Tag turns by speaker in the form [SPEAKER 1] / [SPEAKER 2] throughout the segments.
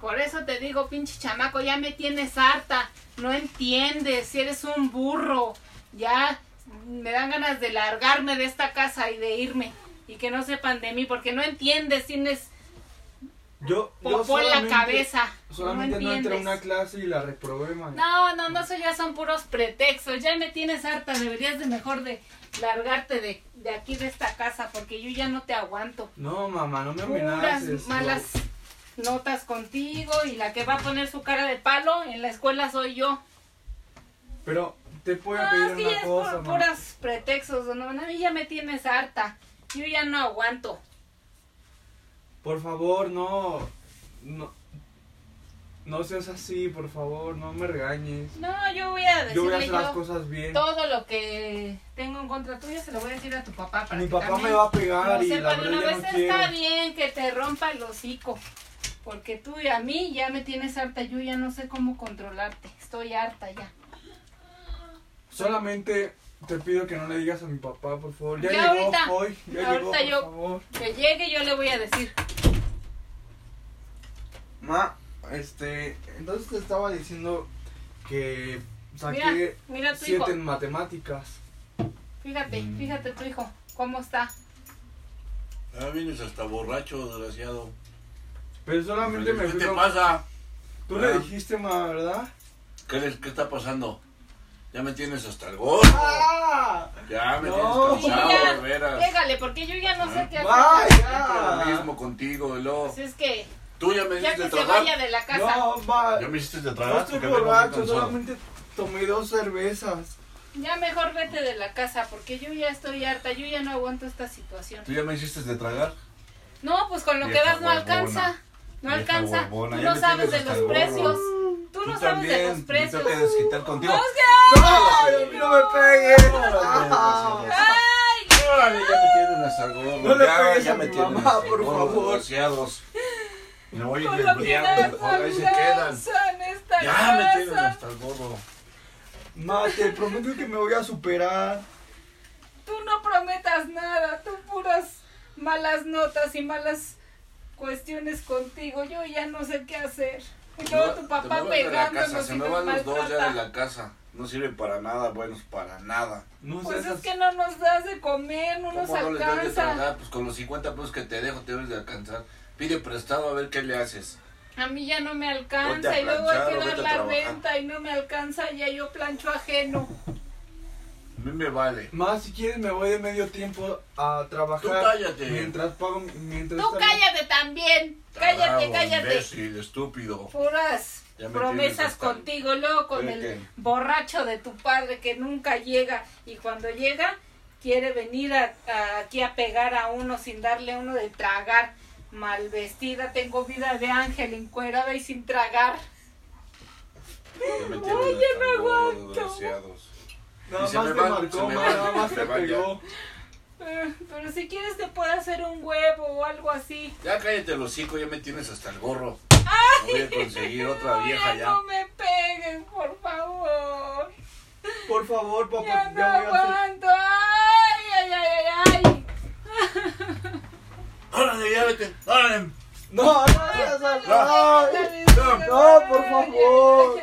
[SPEAKER 1] Por eso te digo, pinche chamaco, ya me tienes harta. No entiendes, si eres un burro. Ya me dan ganas de largarme de esta casa y de irme. Y que no sepan de mí, porque no entiendes, tienes
[SPEAKER 2] Yo, yo
[SPEAKER 1] popó en la
[SPEAKER 2] solamente-
[SPEAKER 1] cabeza.
[SPEAKER 2] Solamente no,
[SPEAKER 1] no
[SPEAKER 2] entré a
[SPEAKER 1] entiendes.
[SPEAKER 2] una clase y la reprobé, man.
[SPEAKER 1] No, no, no, eso ya son puros pretextos. Ya me tienes harta, deberías de mejor de largarte de, de aquí, de esta casa, porque yo ya no te aguanto.
[SPEAKER 2] No, mamá, no me
[SPEAKER 1] Puras
[SPEAKER 2] amenaces.
[SPEAKER 1] malas notas contigo y la que va a poner su cara de palo en la escuela soy yo.
[SPEAKER 2] Pero te puedo
[SPEAKER 1] No,
[SPEAKER 2] pedir
[SPEAKER 1] es que ya
[SPEAKER 2] una
[SPEAKER 1] es
[SPEAKER 2] cosa,
[SPEAKER 1] por,
[SPEAKER 2] mamá.
[SPEAKER 1] puros pretextos, don Omar. A mí ya me tienes harta. Yo ya no aguanto.
[SPEAKER 2] Por favor, no. No. No seas así, por favor, no me regañes.
[SPEAKER 1] No, yo voy a decirle yo,
[SPEAKER 2] Yo voy a hacer las cosas bien.
[SPEAKER 1] todo lo que tengo en contra tuyo se lo voy a decir a tu papá. Para
[SPEAKER 2] Mi
[SPEAKER 1] que
[SPEAKER 2] papá me
[SPEAKER 1] también
[SPEAKER 2] va a pegar
[SPEAKER 1] lo
[SPEAKER 2] y la
[SPEAKER 1] sepa de una
[SPEAKER 2] verdad ya
[SPEAKER 1] vez.
[SPEAKER 2] no
[SPEAKER 1] Está
[SPEAKER 2] quiero.
[SPEAKER 1] bien que te rompa el hocico. Porque tú y a mí ya me tienes harta. Yo ya no sé cómo controlarte. Estoy harta ya.
[SPEAKER 2] Solamente te pido que no le digas a mi papá, por favor. Ya,
[SPEAKER 1] Ya
[SPEAKER 2] llegó
[SPEAKER 1] ahorita.
[SPEAKER 2] hoy, ya
[SPEAKER 1] Ahorita
[SPEAKER 2] llegó, por
[SPEAKER 1] yo-
[SPEAKER 2] favor.
[SPEAKER 1] Que llegue yo le voy a decir.
[SPEAKER 2] Ma, este, entonces te estaba diciendo que
[SPEAKER 1] Mira,
[SPEAKER 2] saqué
[SPEAKER 1] mira tu hijo.
[SPEAKER 2] siete en matemáticas.
[SPEAKER 1] Fíjate,
[SPEAKER 3] Mm.
[SPEAKER 1] fíjate tu hijo. ¿Cómo está?
[SPEAKER 3] Ah, vienes hasta borracho, desgraciado.
[SPEAKER 2] Pero solamente me
[SPEAKER 3] ¿Qué
[SPEAKER 2] fui
[SPEAKER 3] te
[SPEAKER 2] con-
[SPEAKER 3] pasa?
[SPEAKER 2] Tú le
[SPEAKER 3] Ah.
[SPEAKER 2] dijiste, ma, ¿verdad?
[SPEAKER 3] ¿Qué, les- qué está pasando? Ya me tienes hasta el gorro.
[SPEAKER 2] ¡Ah!
[SPEAKER 3] Ya me
[SPEAKER 2] No.
[SPEAKER 3] tienes cansado,
[SPEAKER 1] Ya,
[SPEAKER 3] de veras.
[SPEAKER 1] Pégale, porque yo ya no sé qué
[SPEAKER 2] Ma,
[SPEAKER 1] hacer.
[SPEAKER 2] ya.
[SPEAKER 3] Siempre lo mismo contigo, y luego,
[SPEAKER 1] Así es que
[SPEAKER 3] Tú ya me
[SPEAKER 1] ya
[SPEAKER 3] hiciste
[SPEAKER 1] que
[SPEAKER 3] de
[SPEAKER 1] se
[SPEAKER 3] tragar.
[SPEAKER 1] vaya de la casa.
[SPEAKER 2] No, ma,
[SPEAKER 3] Ya me hiciste de tragar.
[SPEAKER 2] no estoy
[SPEAKER 3] porque vengo muy
[SPEAKER 2] borracho,
[SPEAKER 3] cansado.
[SPEAKER 2] solamente tomé dos cervezas.
[SPEAKER 1] Ya mejor vete de la casa porque yo ya estoy harta, yo ya no aguanto esta situación.
[SPEAKER 3] Tú ya me hiciste de tragar.
[SPEAKER 1] No, pues con lo que
[SPEAKER 3] Vieja
[SPEAKER 1] das no
[SPEAKER 3] huevona.
[SPEAKER 1] alcanza. No
[SPEAKER 3] Vieja
[SPEAKER 1] alcanza.
[SPEAKER 3] huevona,
[SPEAKER 1] Tú
[SPEAKER 3] ya
[SPEAKER 1] no
[SPEAKER 3] me
[SPEAKER 1] sabes de
[SPEAKER 3] tienes
[SPEAKER 1] los
[SPEAKER 3] hasta el gorro.
[SPEAKER 1] precios. Tú no sabes de los
[SPEAKER 3] también, me
[SPEAKER 1] precios.
[SPEAKER 3] tengo que desquitar contigo.
[SPEAKER 1] ¡No, es que-
[SPEAKER 2] ¡Ay, a mí no me pegues! Ah.
[SPEAKER 1] ¡Ay!
[SPEAKER 3] Órale, ya me tienen hasta el gorro.
[SPEAKER 2] No le
[SPEAKER 3] ya,
[SPEAKER 2] pegues
[SPEAKER 3] ya
[SPEAKER 2] a
[SPEAKER 3] me
[SPEAKER 2] mi
[SPEAKER 3] tienen
[SPEAKER 2] mamá,
[SPEAKER 3] hasta el
[SPEAKER 2] por
[SPEAKER 3] gorro,
[SPEAKER 2] favor.
[SPEAKER 3] desgraciados. Y me voy a
[SPEAKER 1] Con
[SPEAKER 3] ir
[SPEAKER 1] lo que das
[SPEAKER 3] empleado,
[SPEAKER 1] no
[SPEAKER 3] ahí se quedan.
[SPEAKER 1] alcanza en esta
[SPEAKER 3] Ya me tienen
[SPEAKER 1] casa.
[SPEAKER 3] hasta el gorro.
[SPEAKER 2] Ma, te prometo que me voy a superar.
[SPEAKER 1] Tú no prometas nada, tú puras malas notas y malas cuestiones contigo. Yo ya no sé qué hacer. Y luego tu papá
[SPEAKER 3] se me van de la casa,
[SPEAKER 1] pegándonos
[SPEAKER 3] se
[SPEAKER 1] y
[SPEAKER 3] me
[SPEAKER 1] nos
[SPEAKER 3] van los dos ya de
[SPEAKER 1] maltrata.
[SPEAKER 3] la casa. No sirven para nada, buenos para nada.
[SPEAKER 2] No
[SPEAKER 1] Pues
[SPEAKER 2] seas
[SPEAKER 1] es que no nos das de comer, no nos
[SPEAKER 3] ¿Cómo no les das de
[SPEAKER 1] alcanza.
[SPEAKER 3] tragar? Pues con los 50 pesos que te dejo te debes de alcanzar. Pide prestado a ver qué le haces.
[SPEAKER 1] A mí ya no me
[SPEAKER 3] Ponte
[SPEAKER 1] alcanza
[SPEAKER 3] a
[SPEAKER 1] y luego hay que
[SPEAKER 3] planchar o
[SPEAKER 1] dar
[SPEAKER 3] vete a
[SPEAKER 1] la
[SPEAKER 3] trabajar.
[SPEAKER 1] renta y no me alcanza ya yo plancho ajeno.
[SPEAKER 3] A mí me vale.
[SPEAKER 2] Más si quieres me voy de medio tiempo a trabajar.
[SPEAKER 3] Tú cállate.
[SPEAKER 2] Mientras pago, mientras...
[SPEAKER 1] Tú
[SPEAKER 2] también-
[SPEAKER 1] cállate también. Cállate,
[SPEAKER 3] Tarado,
[SPEAKER 1] cállate.
[SPEAKER 3] Imbécil, estúpido.
[SPEAKER 1] Puras
[SPEAKER 3] Ya me tienes
[SPEAKER 1] promesas
[SPEAKER 3] hasta-
[SPEAKER 1] contigo, luego con
[SPEAKER 3] ¿Pero
[SPEAKER 1] el
[SPEAKER 3] qué?
[SPEAKER 1] borracho de tu padre que nunca llega y cuando llega quiere venir a- a- aquí a pegar a uno sin darle a uno de tragar. Mal vestida, tengo vida de ángel, encuerada y sin tragar.
[SPEAKER 3] Ya me tienes
[SPEAKER 1] Ay,
[SPEAKER 3] hasta
[SPEAKER 1] ya
[SPEAKER 3] el
[SPEAKER 1] no
[SPEAKER 3] gorro,
[SPEAKER 1] aguanto.
[SPEAKER 3] desgraciados.
[SPEAKER 2] Nada
[SPEAKER 3] Y se
[SPEAKER 2] más
[SPEAKER 3] me
[SPEAKER 2] te
[SPEAKER 3] van, se
[SPEAKER 2] marcó,
[SPEAKER 3] me
[SPEAKER 2] ma,
[SPEAKER 3] van,
[SPEAKER 2] nada más
[SPEAKER 3] se
[SPEAKER 2] te
[SPEAKER 3] me van ya.
[SPEAKER 2] pegó.
[SPEAKER 1] Eh, Pero si quieres te puedo hacer un huevo o algo así.
[SPEAKER 3] Ya cállate los hocico, ya me tienes hasta el gorro. Voy a conseguir otra
[SPEAKER 1] No,
[SPEAKER 3] vieja
[SPEAKER 1] ya
[SPEAKER 3] ya.
[SPEAKER 1] No me peguen, por favor.
[SPEAKER 2] Por favor,
[SPEAKER 3] pues
[SPEAKER 1] Ya
[SPEAKER 2] papá, ya,
[SPEAKER 1] no
[SPEAKER 2] voy a hacer...
[SPEAKER 1] aguanto. Ay, ay, ay, ay, ay.
[SPEAKER 3] Órale, ya vete. Órale.
[SPEAKER 2] No, no, seas así.
[SPEAKER 1] Ay,
[SPEAKER 2] No, por favor.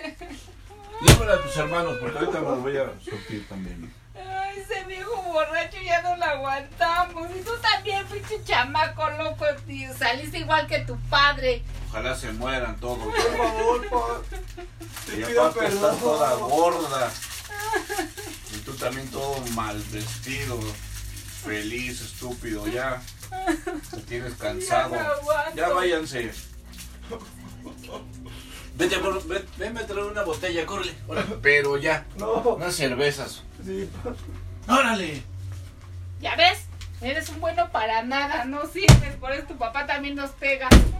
[SPEAKER 3] Llámale a tus hermanos porque ahorita me los voy a surtir también.
[SPEAKER 1] Ay, ese viejo borracho ya no lo aguantamos. Y tú también, pinche chamaco loco. tío. Saliste igual que tu padre.
[SPEAKER 3] Ojalá se mueran todos.
[SPEAKER 2] Por favor, pa. Te
[SPEAKER 3] Y
[SPEAKER 2] pido
[SPEAKER 3] aparte estás toda
[SPEAKER 2] perdón.
[SPEAKER 3] gorda. Y tú también todo mal vestido. Feliz, estúpido, ya. Te tienes cansado.
[SPEAKER 1] Ya no aguanto.
[SPEAKER 3] Ya váyanse. Vete, por, ven, venme a traer una botella, córrele. Órale, Pero ya,
[SPEAKER 2] No,
[SPEAKER 3] unas cervezas.
[SPEAKER 2] sí, pa.
[SPEAKER 3] ¡Órale!
[SPEAKER 1] ¿Ya ves? Eres un bueno para nada. No sirves. Por eso tu papá también nos pega.